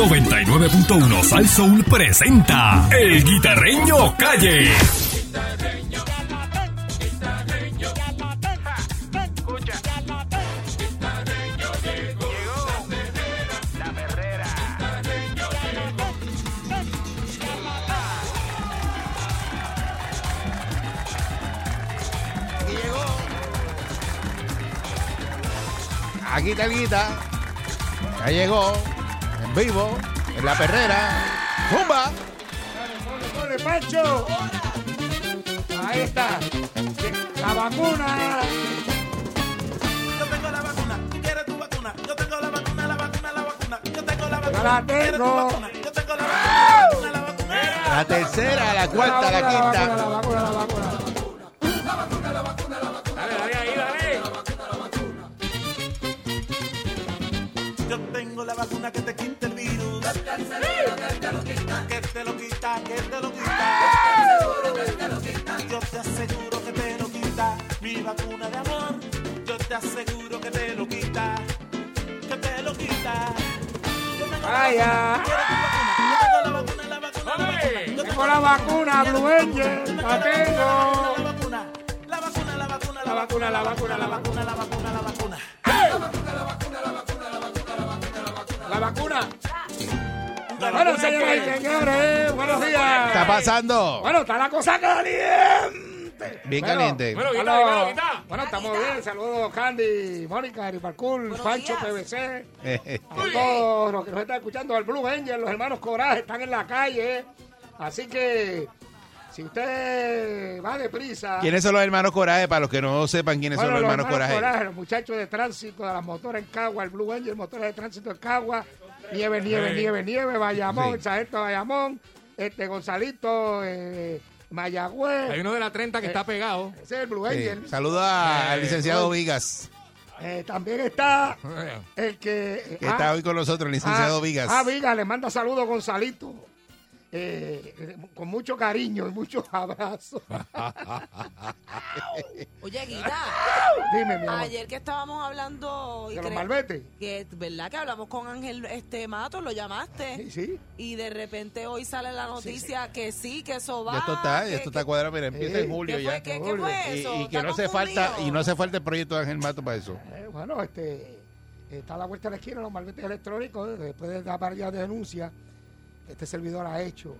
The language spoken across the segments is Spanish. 99.1 Salsoul presenta El Guitarreño Calle. Aquí está el guita. Ya llegó. En vivo. En la perrera. ¡Zumba! ¡Corre, Pancho! Ahí está. La vacuna. Yo tengo la vacuna, tú quieres tu vacuna. Yo tengo la vacuna, la vacuna, la vacuna. Yo tengo la vacuna. la tú quieres tu tengo. vacuna. Yo tengo la vacuna, la vacuna, la vacuna. La tercera, la cuarta, la La quinta. vacuna, la vacuna, la vacuna. Yo tengo la vacuna que te quita el virus. Que te lo quita, que te lo quita. Yo te aseguro que te lo quita. Mi vacuna de amor. Yo te aseguro que te lo quita. Que te lo quita. Yo tengo la Vaya. vacuna, ¿quieres tu vacuna? Yo tengo la Tengo la vacuna, vacuna, la vacuna, la vacuna. Yo tengo Blue Angel. La La tengo. vacuna, la vacuna, la vacuna, La vacuna, la vacuna, la vacuna. vacuna, la vacuna, la vacuna. La vacuna. Bueno, señores y señores, buenos ¿Qué está días. pasando? Bueno, está la cosa caliente. Bien Bueno, caliente. Bueno, Aló. quita, quita, quita. Bueno, estamos bien. Saludos, Candy, Mónica, Parkour, Pancho, PBC. A todos los que nos están escuchando, al Blue Angel, los hermanos Coraje están en la calle. Así que, si usted va deprisa. ¿Quiénes son los hermanos Coraje? Para los que no sepan quiénes Bueno, son los hermanos, Coraje. Los muchachos de tránsito de las motoras en Cagua, el Blue Angel, motores de tránsito en Cagua, nieve, nieve, nieve, nieve, Bayamón, Sí. Sargento Bayamón, este Gonzalito, eh, Mayagüez, Eh, Hay uno de la 30 que está pegado. ese es el Blue Angel. Sí. Saluda Eh, al licenciado Vigas, Eh, también está el que... que ah, está hoy con nosotros, el licenciado ah, Vigas. Ah, Vigas, le manda saludos Gonzalito. Eh, eh, con mucho cariño y muchos abrazos. Oye, Guita, Dime, mi amor. ayer que estábamos hablando... y ¿De los cre- malbetes? Que es verdad que hablamos con Ángel este Matos, lo llamaste. Sí, sí. Y de repente hoy sale la noticia que sí, que eso va. Ya esto está, Ah, que- ya esto está cuadrado, mira, empieza Sí. en julio ¿Qué ya. fue? ¿Qué- qué Julio. fue Y- eso? Y, que ¿Está no hace falta, y confundido? no hace falta el proyecto de Ángel Mato para eso. Eh, bueno, este está a la vuelta de la esquina los malbetes electrónicos, eh, después de la varias denuncias, este servidor ha hecho,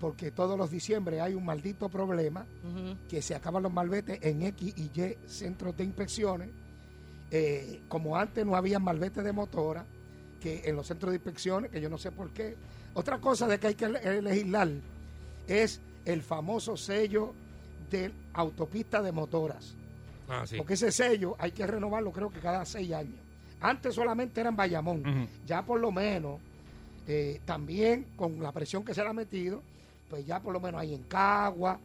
porque todos los diciembre hay un maldito problema, Ujú. que se acaban los malbetes en X y Y centros de inspecciones, Eh, como antes no había malbetes de motora, que en los centros de inspecciones, que yo no sé por qué. Otra cosa de que hay que le- legislar es el famoso sello de autopista de motoras. Ah, sí. Porque ese sello hay que renovarlo, creo que cada seis años. Antes solamente era en Bayamón. Ya por lo menos, eh, también con la presión que se le ha metido, pues ya por lo menos hay en Cagua,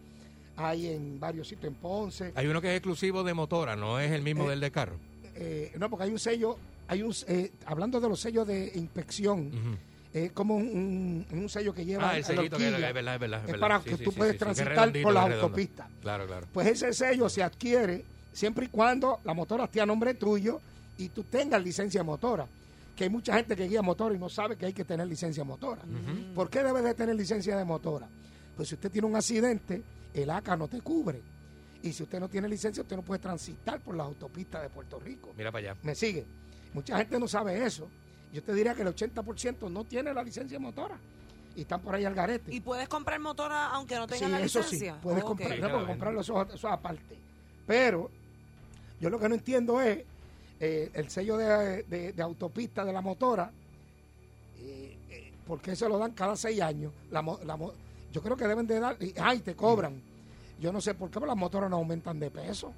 hay en varios sitios en Ponce. Hay uno que es exclusivo de motora, no es el mismo del de carro. Eh, no, porque hay un sello, hay un eh, hablando de los sellos de inspección, Ujú. es como un, un- un sello que lleva Ah, el la sellito que es horquilla. verdad, es verdad. Es verdad. para Sí, que sí, tú sí, puedes sí, que es transitar redondito, por es las redondo. autopistas. Claro, claro. Pues ese sello se adquiere siempre y cuando la motora esté a nombre tuyo y tú tengas licencia de motora. Que hay mucha gente que guía motora y no sabe que hay que tener licencia de motora. ¿Por qué debes de tener licencia de motora? Pues si usted tiene un accidente, el ACA no te cubre. Y si usted no tiene licencia, usted no puede transitar por las autopistas de Puerto Rico. Mira para allá. ¿Me sigue? Mucha gente no sabe eso. Yo te diría que el 80% no tiene la licencia de motora y están por ahí al garete. ¿Y puedes comprar motora aunque no Sí, tengas la eso sí, licencia? puedes Ok. comprar, Sí, no, claro, porque vende. comprarlo eso, eso aparte. Pero yo lo que no entiendo es eh, el sello de, de- de autopista de la motora, eh, eh, ¿por qué se lo dan cada seis años? La, mo- la mo- yo creo que deben de dar, y- ay, te cobran. Yo no sé por qué pero las motoras no aumentan de peso.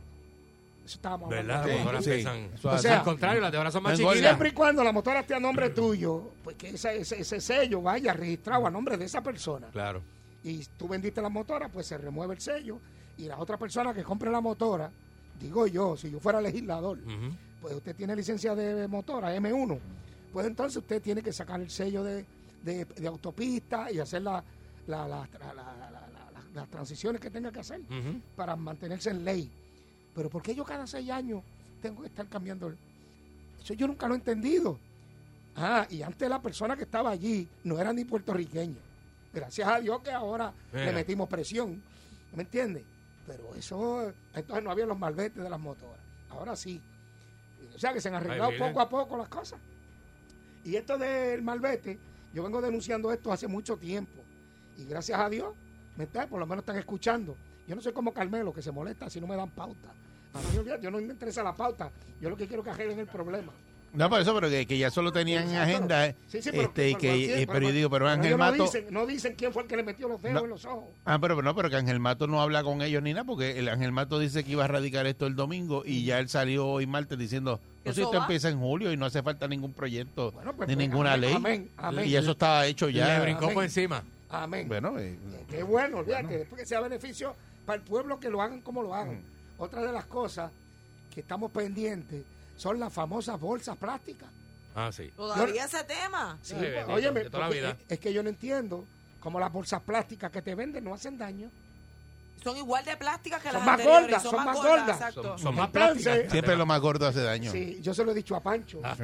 Eso estábamos hablando ¿Verdad? aquí. Las motoras sí. pesan. Eso O hace. sea, al contrario, las de ahora son más No Y chiquitas. siempre y cuando la motora esté a nombre tuyo, pues que ese, ese- ese sello vaya registrado a nombre de esa persona Claro. y tú vendiste la motora, pues se remueve el sello y la otra persona que compre la motora, digo yo, si yo fuera legislador, Ujú. pues usted tiene licencia de motora M1, pues entonces usted tiene que sacar el sello de, de- de autopista y hacer la- la- la- la- la- la- la- la- las transiciones que tenga que hacer Ujú. para mantenerse en ley. Pero ¿por qué yo cada seis años tengo que estar cambiando? el- Eso yo nunca lo he entendido. Ah, y antes la persona que estaba allí no era ni puertorriqueño. Gracias a Dios que ahora Mira. le metimos presión. ¿Me entiendes? Pero eso, entonces no había los malbetes de las motoras. Ahora sí. O sea que se han arreglado miren. poco a poco las cosas. Y esto del malvete, yo vengo denunciando esto hace mucho tiempo. Y gracias a Dios, ¿me entiendes? Por lo menos están escuchando. Yo no soy como Carmelo, que se molesta si no me dan pauta. A mí, olvídate, yo no me interesa la pauta. Yo lo que quiero es que arreglen el problema. No, por eso, pero que, que ya solo tenían en Exacto. agenda. eh, Sí, sí, pero- este, y pero que, así es, eh, pero yo digo, pero ellos Ángel no Mato. Dicen, no dicen quién fue el que le metió los dedos No. en los ojos. Ah, pero no, pero que Ángel Mato no habla con ellos ni nada, porque el Ángel Mato dice que iba a radicar esto el domingo y ya él salió hoy martes diciendo, no si ¿Eso esto va? empieza en julio y no hace falta ningún proyecto Bueno, pues, ni pues, ninguna amén, ley. amén, amén. Y eso estaba hecho Le ya. brincó amén. por encima. Amén. Bueno, eh, Qué bueno, olvídate, después que sea beneficio para el pueblo que lo hagan como lo hagan. Mm. Otra de las cosas que estamos pendientes son las famosas bolsas plásticas. Ah, sí. Todavía ese tema. Sí, Ay, pues, bendito, óyeme, de toda la porque vida. Es, es que yo no entiendo cómo las bolsas plásticas que te venden no hacen daño. Son igual de plásticas que Son las más anteriores. gordas, son más gordas. Exacto. Son, son más Entonces, plásticas. siempre lo más gordo hace daño. Sí, yo se lo he dicho a Pancho. Ah.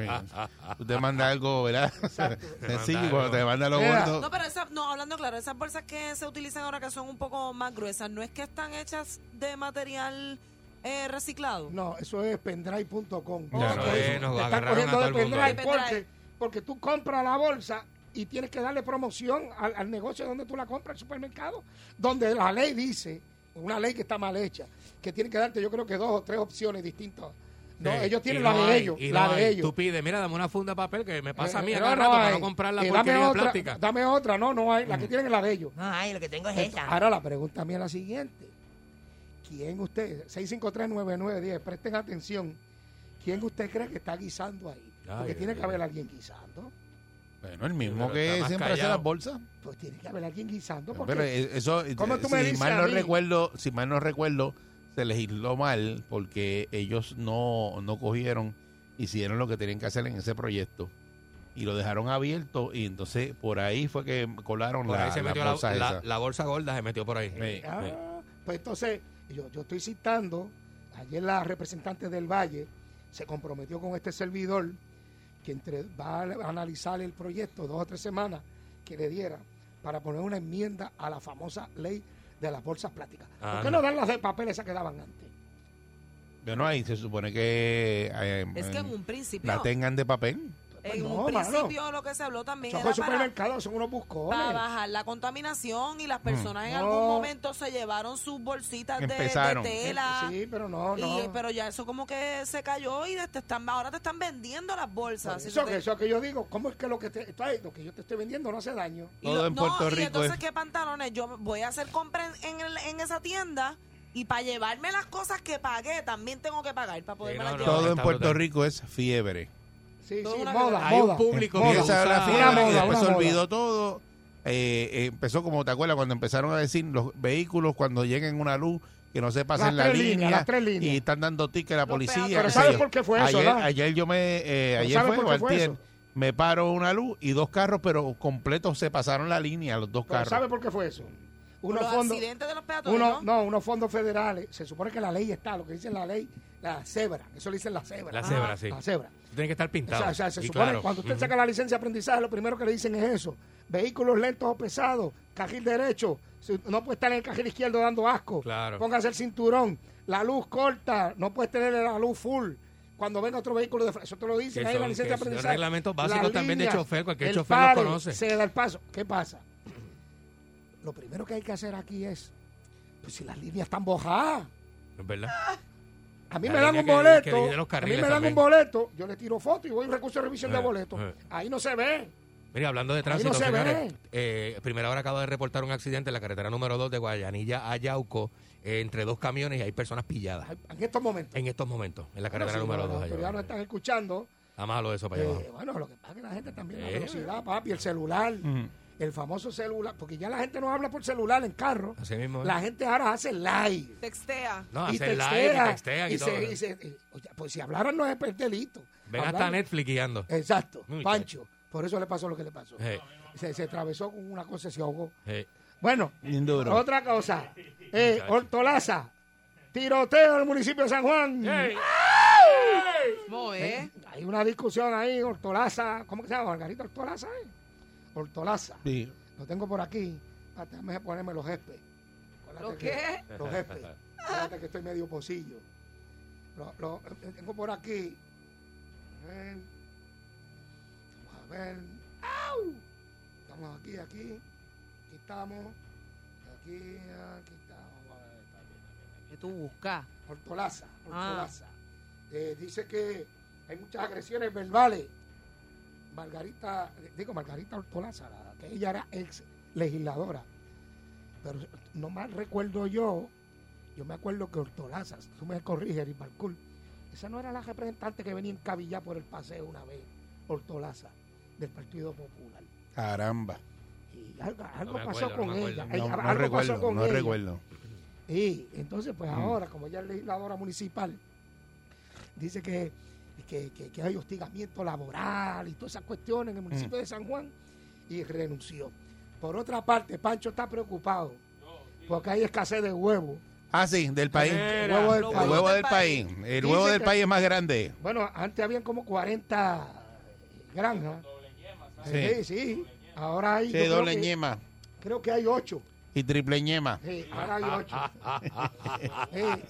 Sí. Usted manda algo, ¿verdad? Exacto. Sencillo, y cuando Te manda algo. te manda lo Mira. gordo. No, pero esa, no, hablando claro, esas bolsas que se utilizan ahora que son un poco más gruesas, ¿no es que están hechas de material eh, reciclado? No, eso es pendrive.com. Ya, no, eh, nos te están agarraron cogiendo a de todo el mundo. pendrive porque, Pendrive. porque tú compras la bolsa y tienes que darle promoción al, al negocio donde tú la compras, el supermercado, donde la ley dice, una ley que está mal hecha, que tienen que darte yo creo que dos o tres opciones distintas. No, Sí, ellos y tienen no la de hay, ellos, y la no de hay. ellos. Tú pides, mira, dame una funda de papel que me pasa a mí Eh, a no, cada no rato para hay. no comprar la Eh, porquería de otra, plástica. Dame otra, no, no hay, la que tienen es la de ellos. No, ay, lo que tengo es Entonces, esta. Ahora la pregunta mía es la siguiente. ¿Quién usted, 6539910, presten atención, ¿quién usted cree que está guisando ahí? Porque Ay, tiene ay, que haber alguien guisando. Bueno, el mismo Pero que está más siempre hace callado. las bolsas. Pues tiene que haber alguien guisando porque Pero eh, eso, eh, ¿Cómo tú me si dices mal a no mí? recuerdo, si mal no recuerdo, se legisló mal porque ellos no, no cogieron, hicieron lo que tenían que hacer en ese proyecto y lo dejaron abierto y entonces por ahí fue que colaron Por la, ahí se la metió la, bolsa la- esa. la bolsa gorda, se metió por ahí. Sí. Ah, Sí. Pues entonces, yo, yo estoy citando, ayer la representante del Valle se comprometió con este servidor que entre, va a analizar el proyecto dos o tres semanas que le diera para poner una enmienda a la famosa ley de las bolsas plásticas. ¿Por qué Ah. no dan las de papel esas que daban antes? Bueno, ahí se supone que eh, Es que en eh, un principio, la tengan de papel. en No, un mano. principio lo que se habló también Son era los para, supermercados, son unos para buscones. bajar la contaminación y las personas en Mm. No. algún momento se llevaron sus bolsitas de, de Empezaron. tela. Eh, Sí, pero no, no. Y, pero ya eso como que se cayó y te están, ahora te están vendiendo las Por bolsas. Si eso, tú que, te- eso que yo digo, ¿cómo es que lo que, te, lo que yo te estoy vendiendo no hace daño? y Todo en Puerto no, Rico eh. Y entonces, es- ¿qué pantalones? Yo voy a hacer compras en, en el- en esa tienda y para llevarme las cosas que pagué también tengo que pagar para poderme no, las no, llevar. Todo en está Puerto brutal. Rico es fiebre. Sí, Toda sí, una- moda, Hay moda. un público que Empieza usa... la Una fiebre y moda, después una se moda. olvidó todo. Eh, eh, empezó como te acuerdas cuando empezaron a decir los vehículos cuando lleguen una luz que no se pasen Las la tres línea líneas, las tres líneas. y están dando ticket a la policía. peatones. Pero qué ¿sabes sé yo. por qué fue eso, Ayer, no? ayer yo me eh, Pero ayer ¿sabes fue, por qué fue Valtier, eso? me paro una luz y dos carros pero completos se pasaron la línea los dos Pero carros. ¿Sabe por qué fue eso? Unos los fondos, accidentes de los peatones, uno, ¿no? no, unos fondos federales. Se supone que la ley está, lo que dice la ley, la cebra. Eso le dicen la cebra. La Ah, cebra, sí. La cebra. Tiene que estar O pintado. sea, o sea, se Y supone claro. que cuando usted Ujú. saca la licencia de aprendizaje, lo primero que le dicen es eso. Vehículos lentos o pesados, cajil derecho, si- no puede estar en el cajil izquierdo dando asco. Claro. Póngase el cinturón, la luz corta, no puede tener la luz full. Cuando venga otro vehículo de frente, eso te lo dicen Que ahí en la son- licencia de que son aprendizaje. reglamentos Las básicos también de líneas, chofer, cualquier el chofer los paro, conoce. Se da el paso. ¿Qué pasa? Lo primero que hay que hacer aquí es, pues si las líneas están bojadas, Es verdad. a mí La me dan línea un que- que boleto. a divide los mí me carriles dan también. un boleto. Yo le tiro foto y voy a recurso de revisión de Eh, boleto. eh. Ahí no se ve. Mira, hablando de no tránsito, se señores, ve. eh, primera hora acaba de reportar un accidente en la carretera número 2 de Guayanilla a Yauco, eh, entre dos camiones y hay personas pilladas Ay, En estos momentos. en estos momentos, en la carretera Bueno, si número no, 2. Pero ya no están escuchando. Está malo eso para allá eh, abajo. bueno, lo que pasa es que la gente también. La Eh. Mm. velocidad, papi, el celular. El famoso celular. Porque ya la gente no habla por celular en carro. Así mismo. es. La gente ahora hace live. Textea. no, y hacer textea, live, y textean y, y todo. se- y se- eh, oye, pues si hablaran no es per- delito. Ven hasta Hablar- Netflix guiando. Exacto. Muchacho. Pancho. Por eso le pasó lo que le pasó. Eh, Se, se atravesó con una cosa y se ahogó. eh. Bueno, Bien duro. otra cosa. Eh, Hortolaza, tiroteo en el municipio de San Juan. Ey. Moe. Hay una discusión ahí, Hortolaza. ¿Cómo que se llama? Margarita Hortolaza, ¿eh? Hortolaza. Sí. Lo tengo por aquí. Ah, Déjame ponerme los jefes. ¿Lo qué? Los jefes. Acuérdate que estoy medio pocillo. Lo, lo- lo tengo por aquí. A ver. Vamos a ver. ¡Au! Estamos aquí, aquí. Aquí estamos. Aquí, aquí estamos. Vamos a ver, está bien, está bien. Que tú buscas. Hortolaza, Ah. Hortolaza. Eh, dice que hay muchas agresiones verbales. Margarita, digo Margarita Hortolaza, la- que ella era ex legisladora. Pero no mal recuerdo yo, yo me acuerdo que Hortolaza, tú me corriges, Rimarcul, esa no era la representante que venía en cabilla por el paseo una vez, Hortolaza, del Partido Popular. Caramba. Y algo, algo me acuerdo, pasó no con me acuerdo. ella. No, Ella- no algo recuerdo, pasó con no ella. recuerdo. Y entonces, Mm. pues ahora, como ella es legisladora municipal, dice que, que, que- que hay hostigamiento laboral y todas esas cuestiones en el municipio Mm. de San Juan y renunció. Por otra parte, Pancho está preocupado porque hay escasez de huevos. Ah, sí, del país. Mira. Huevo del el país. huevo del país. El huevo Dice del que- país es más grande. Bueno, antes habían como 40 granjas. Sí. Sí, sí. Ahora hay. Sí, yo creo doble que- ñema Creo que hay 8. y triple ñema. Sí, ahora hay 8.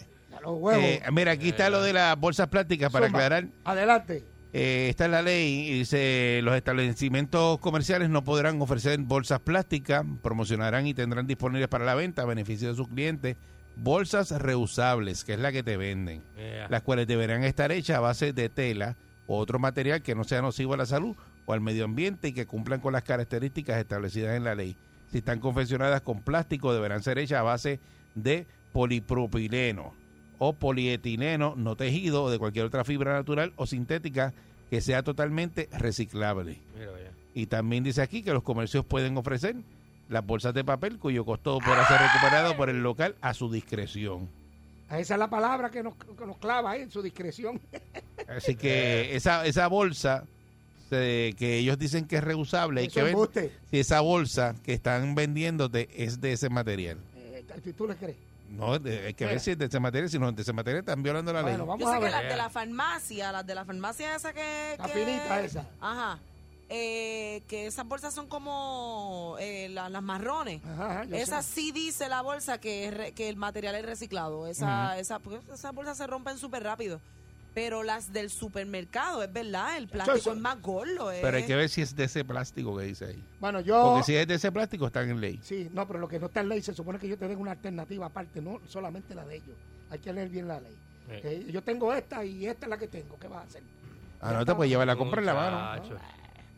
los huevos. Eh, mira, aquí está lo de las bolsas plásticas para Zumba. aclarar. Adelante. Eh, está en la ley y dice los establecimientos comerciales no podrán ofrecer bolsas plásticas, promocionarán y tendrán disponibles para la venta a beneficio de sus clientes bolsas reusables, que es la que te venden, Eh, las cuales deberán estar hechas a base de tela o otro material que no sea nocivo a la salud o al medio ambiente y que cumplan con las características establecidas en la ley. Si están confeccionadas con plástico, deberán ser hechas a base de polipropileno o polietileno no tejido o de cualquier otra fibra natural o sintética que sea totalmente reciclable. mira, vaya. Y también dice aquí que los comercios pueden ofrecer las bolsas de papel cuyo costo podrá ser recuperado por el local a su discreción. Esa es la palabra que nos, que nos clava ahí en su discreción. Así Eh. que esa, esa bolsa se- que ellos dicen que es reusable, hay Eso que ver embuste. si esa bolsa que están vendiéndote es de ese material. Eh, ¿tú- ¿Tú le crees? No, de- hay que ver Mira. si es de ese material, si no es de ese material están violando la Bueno, ley. vamos Yo a sé que ver. las de la farmacia, las de la farmacia esa que... La que- finita esa. Ajá. Eh, que esas bolsas son como eh, la- las marrones. Ajá, ajá, yo Esa sé. sí dice la bolsa que, es re- que el material es reciclado. Esa, esa, porque esas bolsas se rompen súper rápido. Pero las del supermercado, es verdad, el plástico eso- es más gordo. Pero hay es- que ver si es de ese plástico que dice ahí. Bueno, yo. Porque si es de ese plástico están en ley. Sí, no, pero lo que no está en ley se supone que yo te den una alternativa aparte, no solamente la de ellos. Hay que leer bien la ley. Eh, yo tengo esta y esta es la que tengo. ¿Qué vas a hacer? Anota, pues lleva la compra en la mano. Muchacho.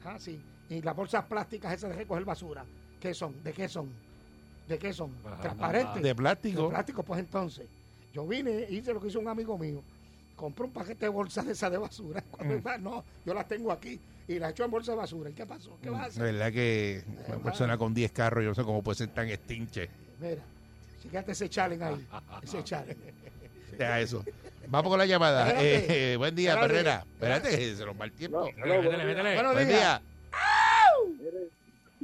Ah, sí. Y las bolsas plásticas esas de recoger basura. ¿Qué son? ¿De qué son? ¿De qué son? Transparentes. De plástico. De plástico, pues entonces. Yo vine, hice lo que hizo un amigo mío. Compré un paquete de bolsas de esas de basura. Mm. Cuando iba, no, yo las tengo aquí y las echo en bolsa de basura. ¿Y qué pasó? ¿Qué vas a De hacer? verdad que una bueno. persona con 10 carros, yo no sé cómo puede ser tan estinche. Mira, fíjate ese challenge ahí. Ese challenge. Deja eso. Vamos con la llamada. Espérate. Eh, buen día, Espérate. Perrera. Espérate, se nos va el tiempo. Métele, métele, métele. Buenos Buen días. día.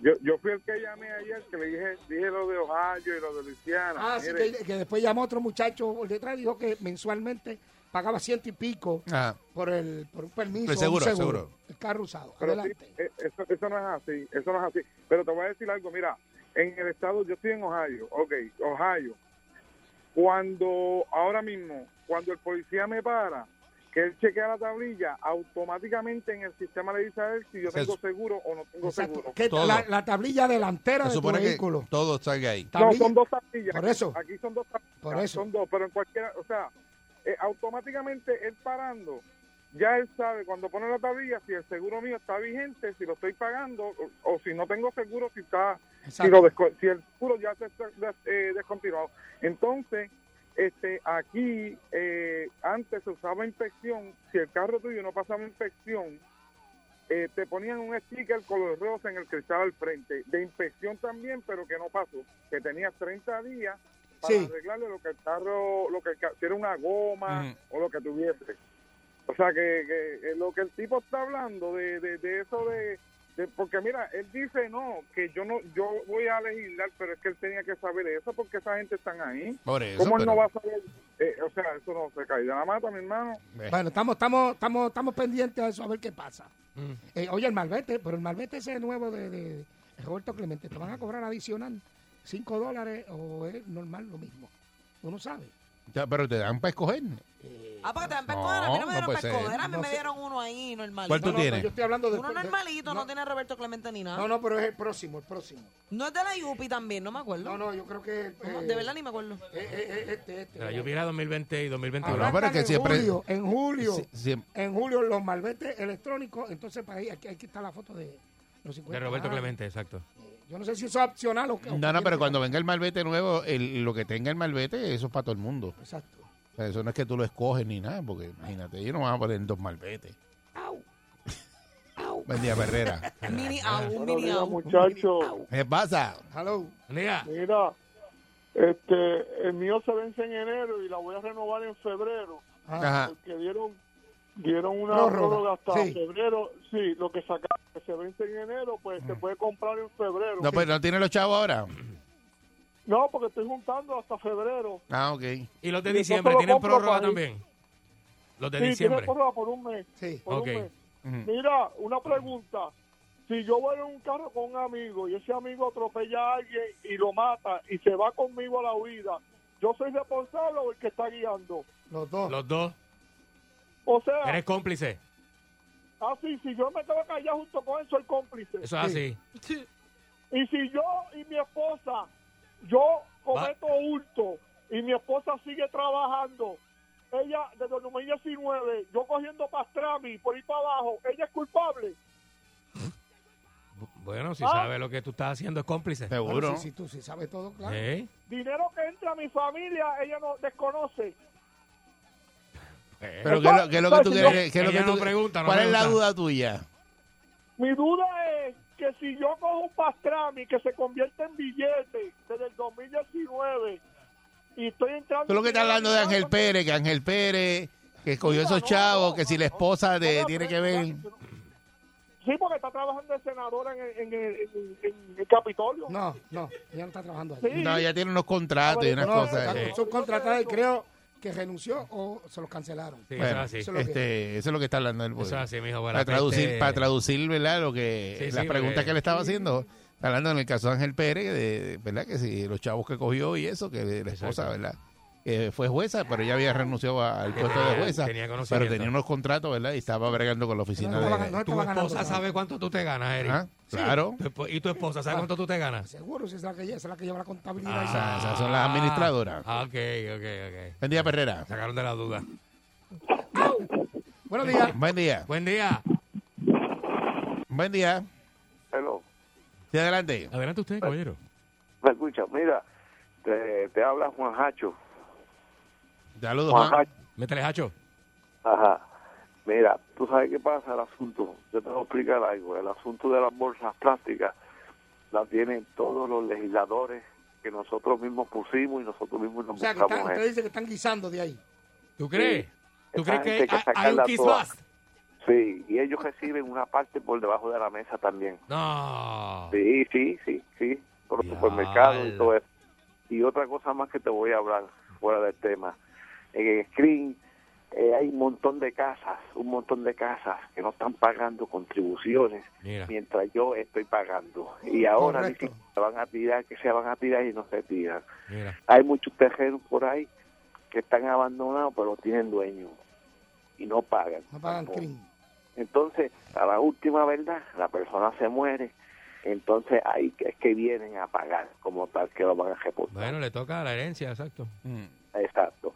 Yo, yo fui el que llamé ayer, que le dije, dije lo de Ohio y lo de Luisiana. Ah, sí, Mire, que, que después llamó otro muchacho por detrás y dijo que mensualmente pagaba ciento y pico Ah, por, el, por un permiso. El seguro, un el seguro. El carro usado. pero sí, Adelante. eh, eso, eso no es así, eso no es así. Pero te voy a decir algo, mira, en el estado, yo estoy en Ohio, ok, Ohio. Cuando, ahora mismo, cuando el policía me para, que él chequea la tablilla, automáticamente en el sistema le dice a él si yo Se tengo su- seguro o no tengo Exacto. seguro. Que Todo. la, la tablilla delantera se de tu supone que vehículo. todo salga ahí. No, Tablilla- son dos tablillas. Por eso. Aquí son dos tablillas. Por eso. Son dos, pero en cualquiera, o sea, eh, automáticamente él parando, ya él sabe cuando pone la tablilla si el seguro mío está vigente, si lo estoy pagando o, o si no tengo seguro, si está, si, lo Exacto. desco- si el seguro ya se está des- eh, descontinuado. Entonces, este, aquí eh, antes se usaba inspección, si el carro tuyo no pasaba inspección, eh, te ponían un sticker color rosa en el cristal al frente, de inspección también, pero que no pasó, que tenías 30 días para Sí. arreglarle lo que el carro, lo que el ca- si era una goma Ujú. o lo que tuviese. O sea, que, que, eh, lo que el tipo está hablando de, de, de eso de, de- porque mira, él dice no, que yo no, yo voy a legislar, pero es que él tenía que saber eso porque esa gente están ahí. Por eso, ¿Cómo él pero- no va a saber? Eh, o sea, eso no se cae de la mata, mi hermano. Eh. Bueno, estamos, estamos, estamos, estamos pendientes a eso, a ver qué pasa. Mm. Eh, oye, el malvete, pero el malvete ese nuevo de, de Roberto Clemente, ¿te van a cobrar adicional 5 dólares o es normal lo mismo? Tú no sabes. Ya, Pero te dan para escoger. Ah, porque te dan No, pescoder, a mí no me no dieron puede ser. pescoder, a mí No me sé. dieron uno ahí normalito. ¿Cuál tú No, no, tienes? Yo estoy hablando de... Uno normalito, no, tiene a Roberto Clemente ni nada. No, No, no, pero es el próximo, el próximo. es de la Yupi también, no me acuerdo. No, no, yo creo que... No, eh, de verdad ni me acuerdo. eh, eh, eh, este, este. La lluvia era 2020 y 2021. Ahora- Arrancan pero es que en siempre- julio, en julio, Sí, sí. en julio los malbetes electrónicos, entonces para ahí, aquí, aquí está la foto de los 50. De Roberto Ah, Clemente, exacto. Yo no sé si eso es opcional o qué. No, no, pero cuando venga el malvete nuevo, el- lo que tenga el malvete, eso es para todo el mundo. Exacto. O sea, eso no es que tú lo escoges ni nada, porque imagínate, ellos no van a poner dos malvetes. Buen día, Herrera. Mini au, un Buenos mini días, au. muchachos. ¿Qué pasa? Hello. Mira, Mira, este, el mío se vence en enero y la voy a renovar en febrero, Ah, Ajá. porque dieron, dieron una Prórroga, prórroga hasta sí. febrero. Sí, lo que saca que se vence en enero, pues se puede comprar en febrero. No, pues no tiene los chavos ahora. No, porque estoy juntando hasta febrero. Ah, ok. y los de Y yo diciembre, solo ¿tienen compro prórroga para ir. también? Los de sí, tiene diciembre. prórroga por un mes. Sí. por un Ok. mes. Ujú. Mira, una pregunta. Si yo voy en un carro con un amigo y ese amigo atropella a alguien y lo mata y se va conmigo a la huida, ¿yo soy responsable o el que está guiando? Los dos. Los dos. O sea, Eres cómplice. Así, si yo me quedo callado junto con él, soy cómplice. Eso es así. Y si yo y mi esposa, yo cometo hurto y mi esposa sigue trabajando, ella desde el 2019, yo cogiendo pastrami por ir para abajo, ella es culpable. Bu- Bueno, si Ah. sabe lo que tú estás haciendo, es cómplice. Seguro. Si tú sí sabes todo, claro. ¿Eh? Dinero que entra a mi familia, ella no desconoce. Pero ¿qué es lo- qué es lo que tú Entonces, yo- quieres? qué es lo Ella que tú- no pregunta, no ¿Cuál es la pregunta. duda tuya? Mi duda es que si yo cojo un pastrami que se convierte en billete desde el 2019 y estoy entrando... Tú lo que estás hablando de Ángel Pérez, que Ángel Pérez, que cogió esos chavos, que si la esposa de, No, tiene pero- que ver. Sí, porque está trabajando de senadora en, en, en- en el Capitolio. No, no, ella no está trabajando ahí. Sí. No, ya tiene unos contratos y unas Ah, No, cosas. está eh. con- subcontratada y creo que renunció o se los cancelaron. Sí, Bueno, eso es eso así. lo que- este, eso es lo que está hablando el pueblo. Eso es así, mijo. para traducir, para traducir, ¿verdad? Lo que Sí, sí, las lo preguntas que- que le estaba haciendo, está hablando en el caso de Ángel Pérez, de, de- ¿verdad? Que si los chavos que cogió y eso, que la esposa, Exacto. ¿verdad? Que fue jueza, pero ella había renunciado a- al puesto de tenía- jueza, tenía pero conocimiento. tenía unos contratos, ¿verdad? Y estaba bregando con la oficina No de. estaba ganando, Tu estaba ganando esposa nada. sabe cuánto tú te ganas, Eric. Ah, Claro. Tu esp- Y tu esposa sabe cuánto tú te ganas. Seguro, si es la que lleva, es la que lleva la contabilidad. y sabe. Ah. esas son las administradoras. Ah, ok, ok, ok. Buen día, Perrera. Sacaron de la duda. Buenos días. Buen día. Buen día. Buen día. Hello. Sí, adelante. Adelante usted, caballero. ¿Me escucha? Mira, te, te habla Juan Hacho. Saludos, Juan Juan. Hacho. Métele, Hacho. Ajá. Mira, tú sabes qué pasa el asunto. Yo te voy a explicar algo. El asunto de las bolsas plásticas la tienen todos los legisladores que nosotros mismos pusimos y nosotros mismos nos O sea, que buscamos. están, en- usted dice que están guisando de ahí. ¿Tú crees? Sí. ¿Tú Esa crees que hay, gente que hay- hay un sacarla kiss toda. bust? Sí, y ellos reciben una parte por debajo de la mesa también. No. Sí, sí, sí, sí, por los supermercados y todo eso. Y otra cosa más que te voy a hablar fuera del tema. En el screen eh, hay un montón de casas, un montón de casas que no están pagando contribuciones Mira. mientras yo estoy pagando. Y ahora Correcto. dicen que se van a tirar, que se van a tirar y no se tiran. Mira. Hay muchos tejeros por ahí que están abandonados pero tienen dueño y no pagan. No pagan tampoco. crimen. Entonces, a la última verdad, la persona se muere. Entonces, ahí es que vienen a pagar como tal que lo van a ejecutar. Bueno, le toca la herencia, exacto. Exacto.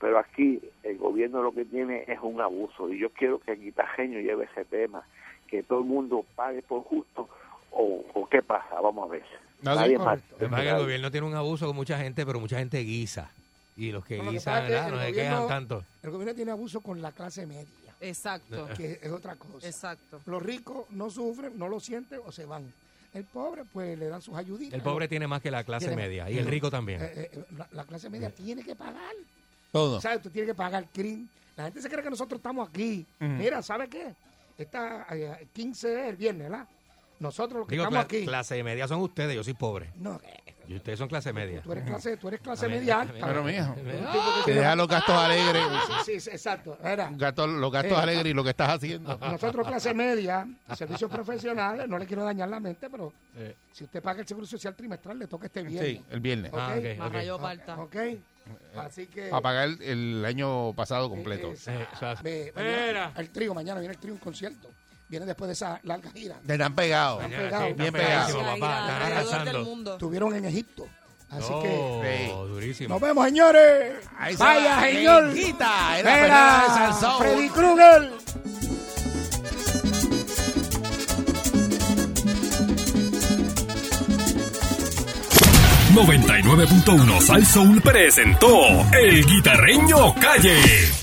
Pero aquí el gobierno lo que tiene es un abuso. Y yo quiero que el guitajeño lleve ese tema. Que todo el mundo pague por justo. ¿O, o qué pasa? Vamos a ver. No, sí, Nadie correcto. más. Lo que pasa es que el gobierno tiene un abuso con mucha gente, pero mucha gente guisa. Y los que Bueno, lo que guisan, pasa es que ¿verdad? el No se gobierno- quejan tanto. El gobierno tiene abuso con la clase media, Exacto, que es otra cosa. exacto. Los ricos no sufren, no lo sienten o se van. El pobre, pues le dan sus ayuditas. El pobre tiene más que la clase Tiene- media. Y el rico Eh, también. eh, eh, la, la clase media tiene que pagar. Todo. ¿Sabes? Tú tienes que pagar crimen. La gente se cree que nosotros estamos aquí. Mira, ¿sabe qué? Esta eh, 15 es el viernes, ¿verdad? Nosotros los que Digo, estamos cla- aquí. clase media son ustedes, yo soy pobre. No, eh, Y ustedes son clase media. tú eres clase, tú eres clase A ver, media a alta. ver. Pero mijo, Tipo que que- deja los gastos alegres, Sí, sí, exacto. Era, gato- los gastos Eh. alegres y lo que estás haciendo. nosotros clase media, servicios profesionales, no le quiero dañar la mente, pero Eh, si usted paga el seguro social trimestral, le toca este viernes. Sí, el viernes. Ok. Ah, ok, Más ok. rayo Ok, parta. ok. Eh, Así que... A pagar el, el año pasado completo. Exacto. Eh, o sea, Ve, mañana- el trío, mañana viene el trío, un concierto. Viene después de esa larga gira. Te están pegados. mañana pegado. sí, está Bien pegadísimo, Ay, papá, ay, están alrededor del arrasando. mundo. Estuvieron en Egipto. Así No, que durísimo. nos vemos, señores. Oh. Ahí se Vaya, va, señor. Benguita, era Era Fernanda de Salsón. Freddy Krueger. presentó El Guitarreño Calle.